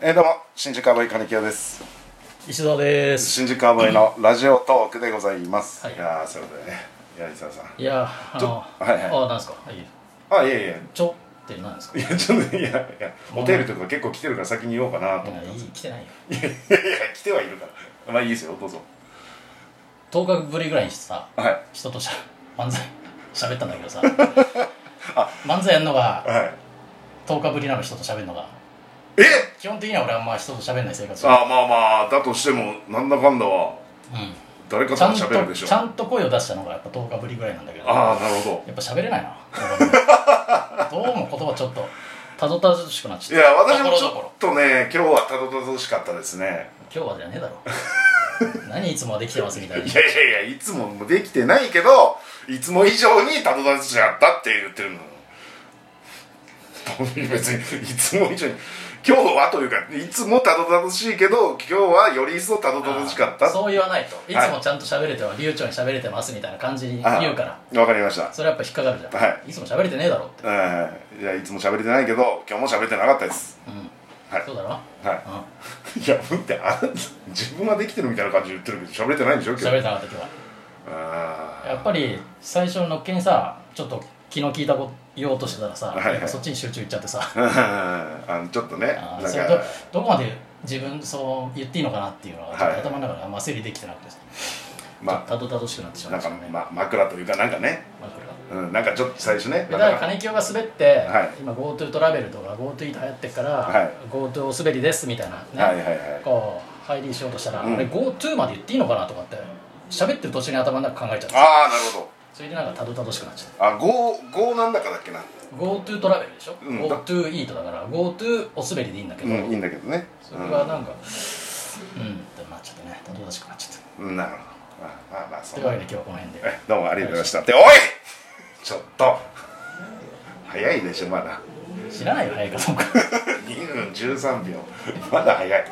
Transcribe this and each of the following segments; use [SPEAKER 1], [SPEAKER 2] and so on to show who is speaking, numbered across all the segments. [SPEAKER 1] えーどうも新宿アボイ金木屋です
[SPEAKER 2] 石田です
[SPEAKER 1] 新宿アボイのラジオトークでございます、
[SPEAKER 2] はい
[SPEAKER 1] い、やーそういうことでね柳沢さん
[SPEAKER 2] いやあ
[SPEAKER 1] ち
[SPEAKER 2] の
[SPEAKER 1] ょはいはい
[SPEAKER 2] あなんですかはい
[SPEAKER 1] あいやいや
[SPEAKER 2] ちょってなんですか
[SPEAKER 1] いやちょっといやいやお便りとか結構来てるから先に言おうかなと
[SPEAKER 2] い
[SPEAKER 1] 思っ
[SPEAKER 2] や
[SPEAKER 1] たん
[SPEAKER 2] い
[SPEAKER 1] で
[SPEAKER 2] い
[SPEAKER 1] す
[SPEAKER 2] 来てないよ
[SPEAKER 1] いやいやいや来てはいるからまあいいですよどうぞ
[SPEAKER 2] 10日ぶりぐらいにさ
[SPEAKER 1] はい
[SPEAKER 2] 人としゃ 漫才喋ったんだけどさ
[SPEAKER 1] あ
[SPEAKER 2] 漫才やんのが
[SPEAKER 1] はい
[SPEAKER 2] 10日ぶりなの人と喋るのが
[SPEAKER 1] え
[SPEAKER 2] 基本的には俺はあんま人と喋んない生活
[SPEAKER 1] あまあまあだとしてもなんだかんだは
[SPEAKER 2] うん
[SPEAKER 1] 誰か
[SPEAKER 2] ちゃ
[SPEAKER 1] と
[SPEAKER 2] ん
[SPEAKER 1] 喋るでし
[SPEAKER 2] と
[SPEAKER 1] ょ
[SPEAKER 2] ちゃんと声を出したのがやっぱ10日ぶりぐらいなんだけどやっ
[SPEAKER 1] ああなるほ
[SPEAKER 2] ぱ喋れないな どうも言葉ちょっとたどたどしくなっち
[SPEAKER 1] どい
[SPEAKER 2] ゃった
[SPEAKER 1] や私も
[SPEAKER 2] ところ
[SPEAKER 1] ちょ
[SPEAKER 2] ど
[SPEAKER 1] っ
[SPEAKER 2] ころ
[SPEAKER 1] とね今日はたどたどしかったですね
[SPEAKER 2] 今日はじゃねえ だろ何いつもはできてますみたいない
[SPEAKER 1] やいやいやいつももできてないけどいつも以上にたどたどしかったって言ってるの別にいつも以上に今日はというかいつもたどたどしいけど今日はより一層たどたどしかった
[SPEAKER 2] あーそう言わないといつもちゃんと喋れては、流暢に喋れてますみたいな感じに
[SPEAKER 1] あ
[SPEAKER 2] 言うから
[SPEAKER 1] わかりました
[SPEAKER 2] それはやっぱ引っかかるじゃん、、
[SPEAKER 1] はい
[SPEAKER 2] つも喋れてねえだろって、
[SPEAKER 1] はいいやいつも喋れてないけど今日も喋ってなかったです
[SPEAKER 2] うん
[SPEAKER 1] はい
[SPEAKER 2] そうだろ、
[SPEAKER 1] はい
[SPEAKER 2] う ん、
[SPEAKER 1] いやだってあ自分はできてるみたいな感じで言ってるけど喋れてないんでしょ今日
[SPEAKER 2] 喋れてなかった時は
[SPEAKER 1] あ
[SPEAKER 2] やっぱり最初のっけにさちょっと気の利いたこと言おうとしてたらさ、
[SPEAKER 1] はいはい
[SPEAKER 2] やっぱそっちに集中いっちゃっ てさ
[SPEAKER 1] ー あのちょっとね
[SPEAKER 2] あ
[SPEAKER 1] な
[SPEAKER 2] ー
[SPEAKER 1] ん
[SPEAKER 2] それど
[SPEAKER 1] か
[SPEAKER 2] どこまで自分そう言っていいのかなっていうのがちょっと頭の中であんま整理できてなくてさ、ちょっ
[SPEAKER 1] ま
[SPEAKER 2] とたどたどしくなってし
[SPEAKER 1] あ
[SPEAKER 2] まい
[SPEAKER 1] なんか
[SPEAKER 2] ましたね、
[SPEAKER 1] ま枕というかなんかね、
[SPEAKER 2] まあこれは
[SPEAKER 1] うん、なんかちょっと最初ねなか
[SPEAKER 2] だか
[SPEAKER 1] らなか
[SPEAKER 2] 金木が滑って、
[SPEAKER 1] はい
[SPEAKER 2] 今 GoTo トラベルとか GoTo イート流行ってっから、
[SPEAKER 1] はい
[SPEAKER 2] GoTo 滑りですみたいなね、
[SPEAKER 1] はいはいはい
[SPEAKER 2] こう入りしようとしたら、
[SPEAKER 1] うん
[SPEAKER 2] あれ GoTo まで言っていいのかなとかって喋ってる途中に頭の中考えちゃって
[SPEAKER 1] ああなるほど
[SPEAKER 2] それでなんかたどたどしくなっちゃっ
[SPEAKER 1] あゴーゴーなんだかだっけな
[SPEAKER 2] て GoTo トラベルでしょ、
[SPEAKER 1] うん
[SPEAKER 2] GoTo イートだから GoTo お滑りでいいんだけ
[SPEAKER 1] う
[SPEAKER 2] ど、
[SPEAKER 1] んいいんだけどね
[SPEAKER 2] それがなんかうん、ってなっちゃってねたどたどしくなっちゃって
[SPEAKER 1] うんなるほどあまあまあそ
[SPEAKER 2] と
[SPEAKER 1] う
[SPEAKER 2] いうわけで今日はこの辺で
[SPEAKER 1] えどうもありがとうございましたっておいちょっと早いでしょまだ
[SPEAKER 2] 知らないよ早いかどうか
[SPEAKER 1] 2分13秒まだ早い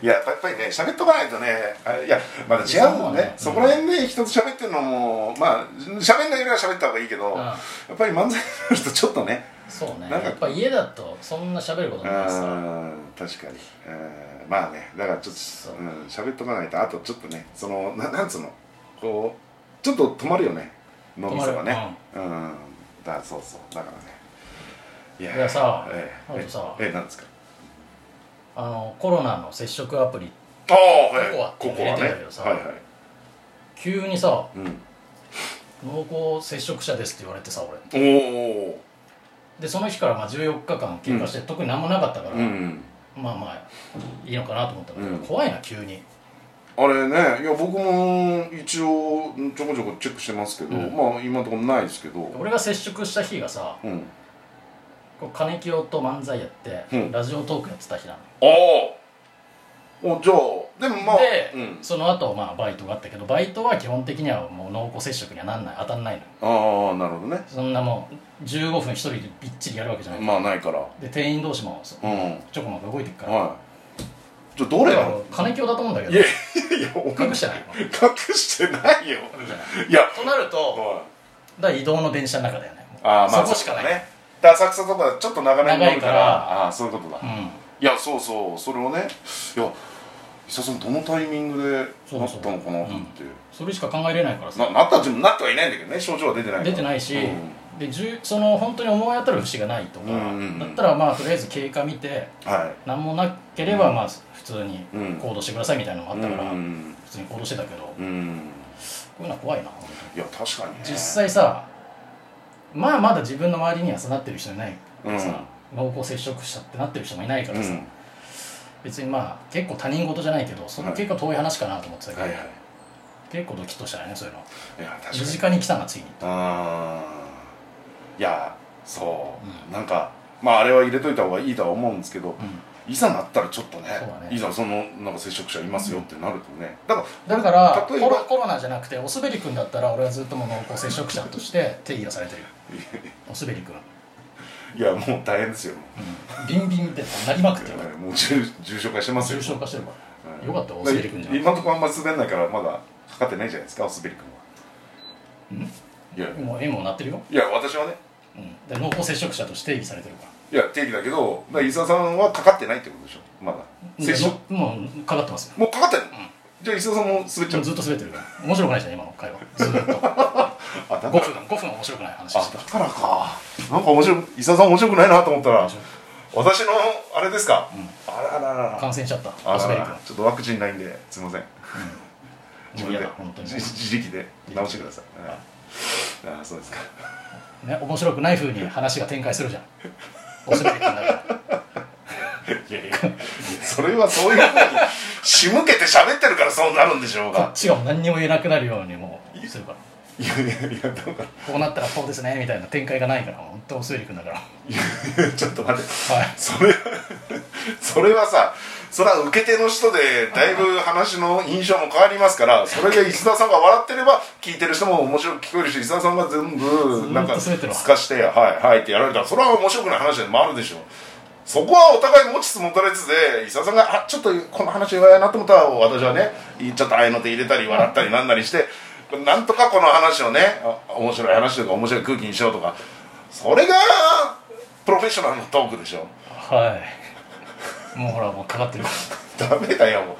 [SPEAKER 1] いややっぱりね喋っとかないとねあいやまだ違うもんねそ
[SPEAKER 2] そうね
[SPEAKER 1] こら辺で人と喋ってるのもまあ喋んないよりは喋った方がいいけど、
[SPEAKER 2] うん
[SPEAKER 1] やっぱり漫才やるとちょっとね
[SPEAKER 2] そうね
[SPEAKER 1] なんか
[SPEAKER 2] やっぱ家だとそんな喋ること
[SPEAKER 1] う
[SPEAKER 2] ないからさ
[SPEAKER 1] ん確かにうんまあねだからちょっ
[SPEAKER 2] そう
[SPEAKER 1] とうん喋っとかないとあとちょっとねそのななんつうのこうちょっと止まるよね脳みそがねうんだからそうそうだからねいや
[SPEAKER 2] いやさ
[SPEAKER 1] ええ
[SPEAKER 2] あとさ
[SPEAKER 1] ええなんですか
[SPEAKER 2] あのコロナの接触アプリ
[SPEAKER 1] ああはい
[SPEAKER 2] ココアって
[SPEAKER 1] ココア
[SPEAKER 2] 入れてんだけどさ
[SPEAKER 1] はいはい
[SPEAKER 2] 急にさ
[SPEAKER 1] うん
[SPEAKER 2] 濃厚接触者ですって言われてさ俺
[SPEAKER 1] おお
[SPEAKER 2] でその日からまあ14日間経過して、特に何もなかったから、
[SPEAKER 1] うん
[SPEAKER 2] まあまあいいのかなと思ったんだけど、
[SPEAKER 1] うん
[SPEAKER 2] 怖いな急に
[SPEAKER 1] あれねいや僕も一応ちょこちょこチェックしてますけど、
[SPEAKER 2] うん
[SPEAKER 1] まあ今のところないですけど
[SPEAKER 2] 俺が接触した日がさ
[SPEAKER 1] うん
[SPEAKER 2] こう金清と漫才やって、
[SPEAKER 1] うん
[SPEAKER 2] ラジオトークやってた日なのよ
[SPEAKER 1] ああおじゃあでもまあ
[SPEAKER 2] で、
[SPEAKER 1] うん、
[SPEAKER 2] その後まあバイトがあったけどバイトは基本的にはもう濃厚接触にはなんない当たんないのよ
[SPEAKER 1] ああなるほどね
[SPEAKER 2] そんなもう15分一人でびっちりやるわけじゃない、
[SPEAKER 1] まあないから
[SPEAKER 2] で店員同士もそ
[SPEAKER 1] うん
[SPEAKER 2] ちょこまこ動いてるから、
[SPEAKER 1] はいじゃあどれなの
[SPEAKER 2] 金清だと思うんだけ
[SPEAKER 1] い
[SPEAKER 2] ど
[SPEAKER 1] やいやいやお前
[SPEAKER 2] 隠してない
[SPEAKER 1] 隠してないよ
[SPEAKER 2] 隠してない
[SPEAKER 1] いや
[SPEAKER 2] となると
[SPEAKER 1] はい
[SPEAKER 2] だから移動の電車の中だよね
[SPEAKER 1] あーまあ
[SPEAKER 2] そこしかない
[SPEAKER 1] そうだねだから浅草とかちょっと長めに乗るから
[SPEAKER 2] 長いから
[SPEAKER 1] ああーそういうことだ、
[SPEAKER 2] う
[SPEAKER 1] い
[SPEAKER 2] ん
[SPEAKER 1] やそうそうそれをねいや久さんどのタイミングで
[SPEAKER 2] そう
[SPEAKER 1] なっ
[SPEAKER 2] そう
[SPEAKER 1] たのかなと思って
[SPEAKER 2] それしか考えれないから
[SPEAKER 1] な
[SPEAKER 2] さ
[SPEAKER 1] なった自分なってはいないんだけどね症状は出てないから
[SPEAKER 2] 出てないし、
[SPEAKER 1] うん
[SPEAKER 2] でじゅその本当に思い当たる節がないとか、
[SPEAKER 1] うんうんうん
[SPEAKER 2] だったらまあとりあえず経過見て
[SPEAKER 1] は
[SPEAKER 2] 何もなければまあ普通に
[SPEAKER 1] うん
[SPEAKER 2] 行動してくださいみたいなのもあ
[SPEAKER 1] い
[SPEAKER 2] ったから、
[SPEAKER 1] うん、
[SPEAKER 2] 普通に行動してたけど、こ
[SPEAKER 1] うん、
[SPEAKER 2] ういうのは怖いな
[SPEAKER 1] いや確かにね
[SPEAKER 2] 実際さまあまだ自分の周りにはそうなってる人いないからさ、濃厚接触者ってなってる人もいないからさ、
[SPEAKER 1] うん
[SPEAKER 2] 別にまあ結構他人事じゃないけどその結構遠い話かなと思ってたけど、
[SPEAKER 1] はいはい
[SPEAKER 2] 結構ドキッとしたよねそういうの
[SPEAKER 1] いや確
[SPEAKER 2] 身
[SPEAKER 1] かに
[SPEAKER 2] 近に来たなついに
[SPEAKER 1] あーいやそう、
[SPEAKER 2] うん
[SPEAKER 1] なんかまああれは入れといた方がいいとは思うんですけど、
[SPEAKER 2] うん
[SPEAKER 1] いざなったらちょっとね
[SPEAKER 2] そうだね
[SPEAKER 1] いざそのなんか接触者いますよってなるとねだか
[SPEAKER 2] だからコ
[SPEAKER 1] 例えば
[SPEAKER 2] ロコロナじゃなくておすべり君だったら俺はずっともう濃厚接触者として定義がされてる よおすべり君、
[SPEAKER 1] らいやもう大変ですよ、
[SPEAKER 2] うん、ビンビンってなりまくってるから
[SPEAKER 1] えーもう重重症化してますよ
[SPEAKER 2] 重症化してるから
[SPEAKER 1] うん
[SPEAKER 2] よかったおすべり君じゃん
[SPEAKER 1] 今のところあんまり滑んないからまだかかってないじゃないですかおすべり君はんいや
[SPEAKER 2] もう M もなってるよ、
[SPEAKER 1] いや私はね
[SPEAKER 2] うん、で濃厚接触者として定義されてるから
[SPEAKER 1] いや定義だけどだから伊沢さんはかかってないってことでしょまだ接触
[SPEAKER 2] でももうかかってますよ
[SPEAKER 1] もうかかってる、じゃあ伊沢さんも滑っちゃ
[SPEAKER 2] も
[SPEAKER 1] う
[SPEAKER 2] うずっと滑ってるから面白くないじゃん今の会話ずっと
[SPEAKER 1] あだか
[SPEAKER 2] 5
[SPEAKER 1] ら
[SPEAKER 2] 分5分面白くない話
[SPEAKER 1] あ
[SPEAKER 2] して
[SPEAKER 1] だからかなんか面白い伊沢さん面白くないなと思ったら
[SPEAKER 2] 面白い
[SPEAKER 1] 私のあれですか、あらららら
[SPEAKER 2] た感染しちゃった
[SPEAKER 1] あ
[SPEAKER 2] お
[SPEAKER 1] ら
[SPEAKER 2] 滑
[SPEAKER 1] ら
[SPEAKER 2] り
[SPEAKER 1] らちょっとワクチンないんですいません
[SPEAKER 2] 君もう嫌だ本当に
[SPEAKER 1] 自自力で直してください、はいああそうですか
[SPEAKER 2] ね面白くない風に話が展開するじゃんお滑り君 だから
[SPEAKER 1] いやいや それはそういうふうに仕向けて喋ってるからそうなるんでしょう
[SPEAKER 2] こ
[SPEAKER 1] が
[SPEAKER 2] っちがもう何にも言えなくなるようにもうするから
[SPEAKER 1] いやいやいやだから
[SPEAKER 2] こうなったらこうですねみたいな展開がないから本当お滑り君だから
[SPEAKER 1] いやちょっと待って
[SPEAKER 2] はい
[SPEAKER 1] それ それはさそれは受け手の人でだいぶ話の印象も変わりますからそれで石田さんが笑ってれば聞いてる人も面白く聞こえるし石田さんが全部なんか
[SPEAKER 2] ずっと滑ってるわ
[SPEAKER 1] すかして「はいはい」ってやられたらそれは面白くない話でもあるでしょそこはお互い持ちつ持たれつで石田さんが「あちょっとこの話弱いな」と思ったら私はねちょっと合いの手入れたり笑ったりなんなりしてなんとかこの話をねあ面白い話とか面白い空気にしようとかそれがプロフェッショナルのトークでしょ
[SPEAKER 2] はいもうほらもうかかってるか
[SPEAKER 1] ダメだよもう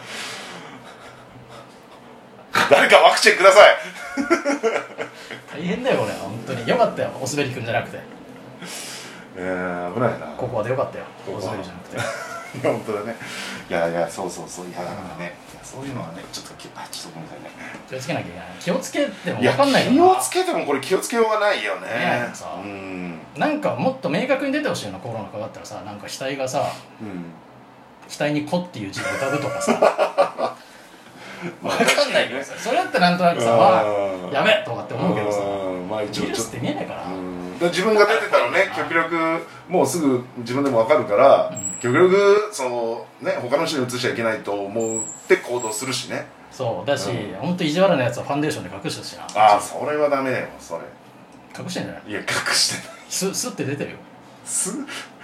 [SPEAKER 1] 誰かワクチンください
[SPEAKER 2] ら大変だよ俺は本当によかったよお滑り君じゃなくて
[SPEAKER 1] えー、危ないな
[SPEAKER 2] ここはでよかったよ
[SPEAKER 1] こ
[SPEAKER 2] お
[SPEAKER 1] こは
[SPEAKER 2] 滑りじゃなくて
[SPEAKER 1] いや本当だねいやいやそうそうそういやだからねいやそういうのはねちょっときあちょっとごめんなさいね
[SPEAKER 2] 気をつけなきゃいけない気をつけても
[SPEAKER 1] いや
[SPEAKER 2] 分かんないよ
[SPEAKER 1] 気
[SPEAKER 2] な
[SPEAKER 1] をつけてもこれ気をつけようがないよね
[SPEAKER 2] ねえさ
[SPEAKER 1] うん
[SPEAKER 2] なんかもっと明確に出てほしいよなコロナかかったらさなんか額がさ
[SPEAKER 1] うん
[SPEAKER 2] 額に「子」っていう字が浮かぶとかさ わかんないけどさそれだってなんとなくさ「わ
[SPEAKER 1] うん
[SPEAKER 2] あやべえ!」とかって思うけどさ
[SPEAKER 1] うんまあ一応
[SPEAKER 2] ウイル
[SPEAKER 1] ちょっ
[SPEAKER 2] スっ
[SPEAKER 1] と
[SPEAKER 2] て見えないから
[SPEAKER 1] うんだから自分が出てたらね極力もうすぐ自分でも分かるから、極力そのね他の人に移しちゃいけないと思って行動するしね
[SPEAKER 2] そうだし
[SPEAKER 1] う
[SPEAKER 2] 本当意地悪なやつはファンデーションで隠してたしな
[SPEAKER 1] ああそれはダメだよそれ
[SPEAKER 2] 隠してんじゃない
[SPEAKER 1] いや隠してない
[SPEAKER 2] すすって出てるよ
[SPEAKER 1] す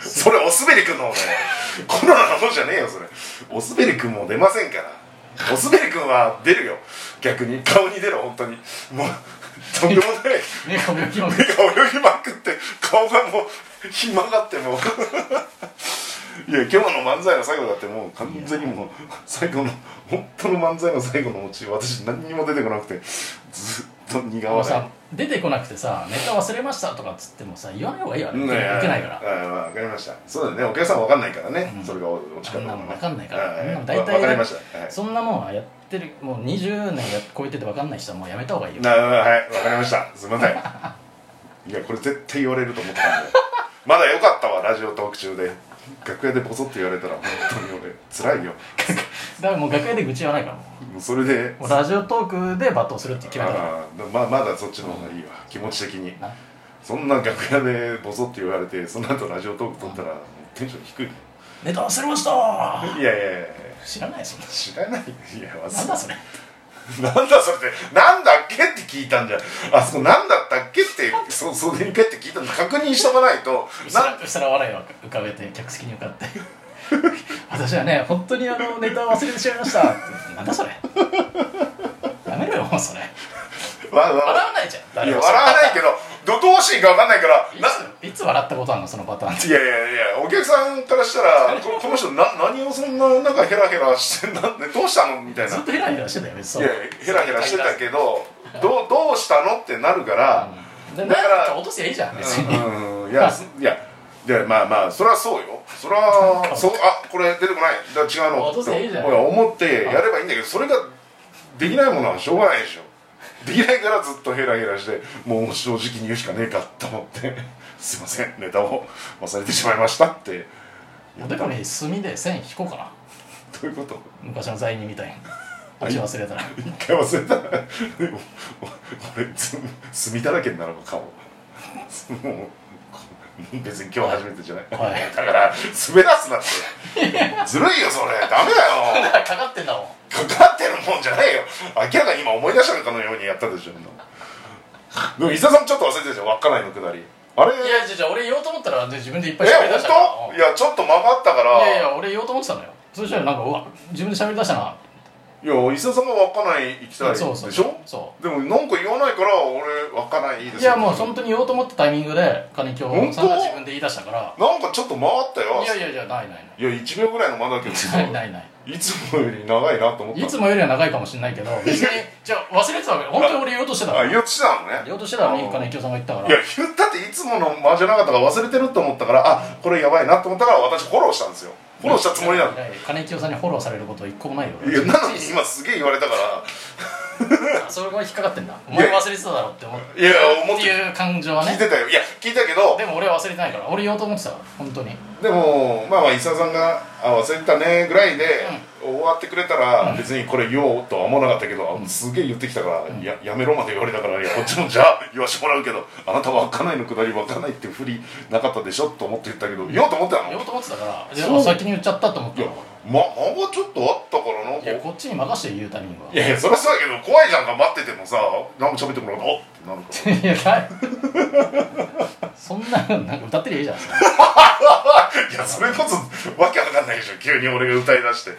[SPEAKER 1] それおすべりくんの方だよコロナの方じゃねえよそれおすべりくんも出ませんからおすべりくんは出るよ逆に顔に出る本当にもうとんでもない
[SPEAKER 2] 目が病気も
[SPEAKER 1] 目が泳ぎまくって顔がもうひまがってもういや今日の漫才の最後だってもう完全にもう最後の本当の漫才の最後のうち私何にも出てこなくてずっと苦
[SPEAKER 2] もう
[SPEAKER 1] 笑
[SPEAKER 2] さ出てこなくてさネタ忘れましたとかっつってもさ言わない方がいいよ
[SPEAKER 1] い
[SPEAKER 2] ね受けないから
[SPEAKER 1] ら分かりましたそうだよねお客さん分かんないからね、
[SPEAKER 2] うん
[SPEAKER 1] それがおお
[SPEAKER 2] あ
[SPEAKER 1] 力
[SPEAKER 2] んなもん
[SPEAKER 1] 分
[SPEAKER 2] 分かんないからあんなもん
[SPEAKER 1] 大体分
[SPEAKER 2] 大
[SPEAKER 1] かり
[SPEAKER 2] 体
[SPEAKER 1] ましたはい
[SPEAKER 2] そんなもんはやってるもう20年や超えてて分かんない人はもうやめた方がいいよ
[SPEAKER 1] なはい分かりましたすい ませんいやこれ絶対言われると思ってたんでまだ良かったわラジオトーク中で楽屋でボソッと言われたら本当に俺辛いよ
[SPEAKER 2] だからもう楽屋で愚痴はないからも
[SPEAKER 1] もうそれで
[SPEAKER 2] うもうラジオトークで罵倒するって決めたから
[SPEAKER 1] あーままだそっちの方がいいわ、気持ち的に
[SPEAKER 2] な
[SPEAKER 1] そんな楽屋でボソッと言われてその後ラジオトーク撮ったらテンション低い
[SPEAKER 2] ネタ忘れました
[SPEAKER 1] いやいやいや
[SPEAKER 2] 知らないそんな
[SPEAKER 1] 知らないいや忘れ
[SPEAKER 2] なんだそれ
[SPEAKER 1] なんだそれってなんだっけって聞いたんじゃんあそこなんだったっけってそそれにかって聞いたんだ確認しとかないと
[SPEAKER 2] うっす
[SPEAKER 1] な
[SPEAKER 2] らうっすら笑いを浮かべて客席に向か って私はね本当にあのネタを忘れてしまいましたってなんだそれやめろよもうそれ
[SPEAKER 1] わわ
[SPEAKER 2] 笑わないじゃん
[SPEAKER 1] いや笑わないけどどどうしていいか分かんないから
[SPEAKER 2] い
[SPEAKER 1] な
[SPEAKER 2] ついつ笑ったことあるのそのパターンって
[SPEAKER 1] いやいやいやお客さんからしたらここの人な何をそんななんかヘラヘラしてなんでどうしたのみたいな
[SPEAKER 2] ずっとヘラヘラしてたよ別
[SPEAKER 1] い
[SPEAKER 2] に
[SPEAKER 1] やヘラヘラしてたけどどうどうしたのってなるから、
[SPEAKER 2] で
[SPEAKER 1] だ
[SPEAKER 2] だ
[SPEAKER 1] か
[SPEAKER 2] からら落とせばいいじゃん別に
[SPEAKER 1] うん、 いやすいやいやまあまあそれはそうよそれは そうあこれ出てこないだ違うの
[SPEAKER 2] 落とせばいいじゃん
[SPEAKER 1] と思ってやればいいんだけどそれができないものはしょうがないでしょできないからずっとヘラヘラしてもう正直に言うしかねえかと思って 「すいませんネタを忘れてしまいました」って
[SPEAKER 2] おでこに炭で線引こうかな
[SPEAKER 1] どういうこと
[SPEAKER 2] 昔の罪人みたいに落ち忘れたら
[SPEAKER 1] 一回忘れたらでもお俺つ墨だらけになるの顔もう別に今日初めてじゃない、
[SPEAKER 2] はい
[SPEAKER 1] だから滑らすなってずるいよそれダメだよ
[SPEAKER 2] かかってんだもん
[SPEAKER 1] かかってるもんじゃないよ明らかに今思い出したかのようにやったでしょ今でも伊沢さんちょっと忘れてたでしょ稚内のくだりあれ
[SPEAKER 2] いやじゃじゃ俺言おうと思ったら自分でいっ
[SPEAKER 1] え
[SPEAKER 2] ぱい喋り出したから
[SPEAKER 1] 本当いやちょっと間があったから
[SPEAKER 2] いやいや俺言おうと思ってたのよそしたらなんかうわ自分で喋り出したな
[SPEAKER 1] いや伊沢さんが稚内行きたいでし
[SPEAKER 2] そ
[SPEAKER 1] ょ
[SPEAKER 2] うそうそ
[SPEAKER 1] でもなんか言わないから俺稚内いいで
[SPEAKER 2] う
[SPEAKER 1] す
[SPEAKER 2] いやもう本当に言おうと思ったタイミングで金京さんが
[SPEAKER 1] 本当
[SPEAKER 2] 自分で言い出したから
[SPEAKER 1] なんかちょっと回ったよ
[SPEAKER 2] いやいやいやないない
[SPEAKER 1] いや1秒ぐらいの間だけど
[SPEAKER 2] ないないないない
[SPEAKER 1] いつもより長いなと思った
[SPEAKER 2] いつもよりは長いかもしれないけど別にじゃあ忘れてたわけ本当に俺言おうとしてたか
[SPEAKER 1] あ
[SPEAKER 2] ら
[SPEAKER 1] 言おうとしてたのね
[SPEAKER 2] 言おうとしてたのに金京さんが言ったか
[SPEAKER 1] いや
[SPEAKER 2] ら
[SPEAKER 1] 言ったっていつもの間じゃなかったから忘れてると思ったからあこれやばいなと思ったから私フォローしたんですよフォローしたつもりなの
[SPEAKER 2] いやいや金京さんにフォローされることは一個もないよ
[SPEAKER 1] いやなのに今すげえ言われたから
[SPEAKER 2] あそれが引っかかってんだお前忘れてただろって思って
[SPEAKER 1] いや思
[SPEAKER 2] っ
[SPEAKER 1] ってて
[SPEAKER 2] いう感情は
[SPEAKER 1] 聞い
[SPEAKER 2] ね
[SPEAKER 1] てたよいや聞いたけど
[SPEAKER 2] でも俺は忘れてないから俺言おうと思ってたから本当に
[SPEAKER 1] でもまあまあ伊沢さんが「あ忘れてたね」ぐらいで終わってくれたら別にこれ言おうとは思わなかったけどあすげえ言ってきたから「ややめろ」まで言われたからいやこっちもじゃあ言わしてもらうけどあなたはかないのくだりわかんないってふりなかったでしょと思って言ったけど言おうと思ってたのい
[SPEAKER 2] 言おうと思ってたから
[SPEAKER 1] そう
[SPEAKER 2] でも先に言っちゃったと思った
[SPEAKER 1] や
[SPEAKER 2] か
[SPEAKER 1] ま間がちょっとあったからなん
[SPEAKER 2] らいや
[SPEAKER 1] か
[SPEAKER 2] こっちに任せて言うタイミングはい
[SPEAKER 1] やいやそりゃそうだけど怖いじゃんか待っててもさ何も喋ってもらうとおっってなるから
[SPEAKER 2] いやない そんなのなんか歌ってりゃいいじゃないですか
[SPEAKER 1] いやそれこそわけわかんないでしょ急に俺が歌いだして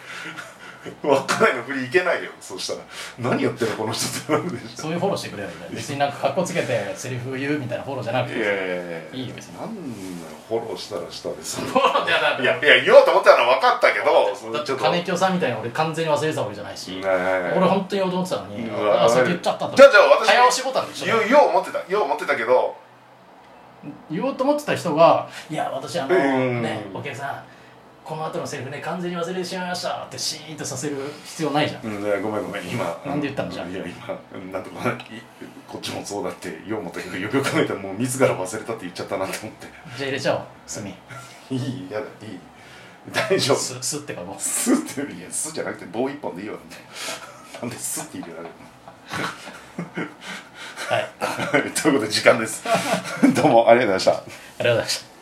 [SPEAKER 1] 稚内の振りいけないよそしたら何やってるのこの人ってなるでし
[SPEAKER 2] そういうフォローしてくれよみたいな別になんかかっこつけてセリフ言うみたいなフォローじゃな
[SPEAKER 1] ょ
[SPEAKER 2] く
[SPEAKER 1] い
[SPEAKER 2] て
[SPEAKER 1] やいやいや
[SPEAKER 2] いいよ別に
[SPEAKER 1] なんだよフォローしたらしたでさ
[SPEAKER 2] フォローじゃなく
[SPEAKER 1] い
[SPEAKER 2] て
[SPEAKER 1] やいや言おうと思ったのは分かったけどその
[SPEAKER 2] だっ
[SPEAKER 1] ち
[SPEAKER 2] て
[SPEAKER 1] ょっと
[SPEAKER 2] 金京さんみたいに俺完全に忘れてたわけじゃないし
[SPEAKER 1] ねえ
[SPEAKER 2] 俺本当に言おうと思ってたのに
[SPEAKER 1] うわ
[SPEAKER 2] あ先言っちゃったと
[SPEAKER 1] じゃあじゃあ私
[SPEAKER 2] 早押しボタンでしょ
[SPEAKER 1] 言う言おう思ってた言おう思ってたけど
[SPEAKER 2] 言おうと思ってた人が「いや私あの
[SPEAKER 1] うん
[SPEAKER 2] ねお客さんこの後のセリフね完全に忘れてしまいました」ってシーンとさせる必要ないじゃん
[SPEAKER 1] うんいやごめんごめん今
[SPEAKER 2] なんで言ったのじゃあ
[SPEAKER 1] いや今なんとかいこっちもそうだって言おう思ったけどよくよく考えたらもう自ら忘れたって言っちゃったなと思って
[SPEAKER 2] じゃあ入れちゃおう墨
[SPEAKER 1] いいやだいい大丈夫
[SPEAKER 2] すすってかも
[SPEAKER 1] すっていやすじゃなくて棒一本でいいわなんですって入れられる
[SPEAKER 2] はいありが
[SPEAKER 1] のということで時間ですどうもありがとうございました
[SPEAKER 2] とうございました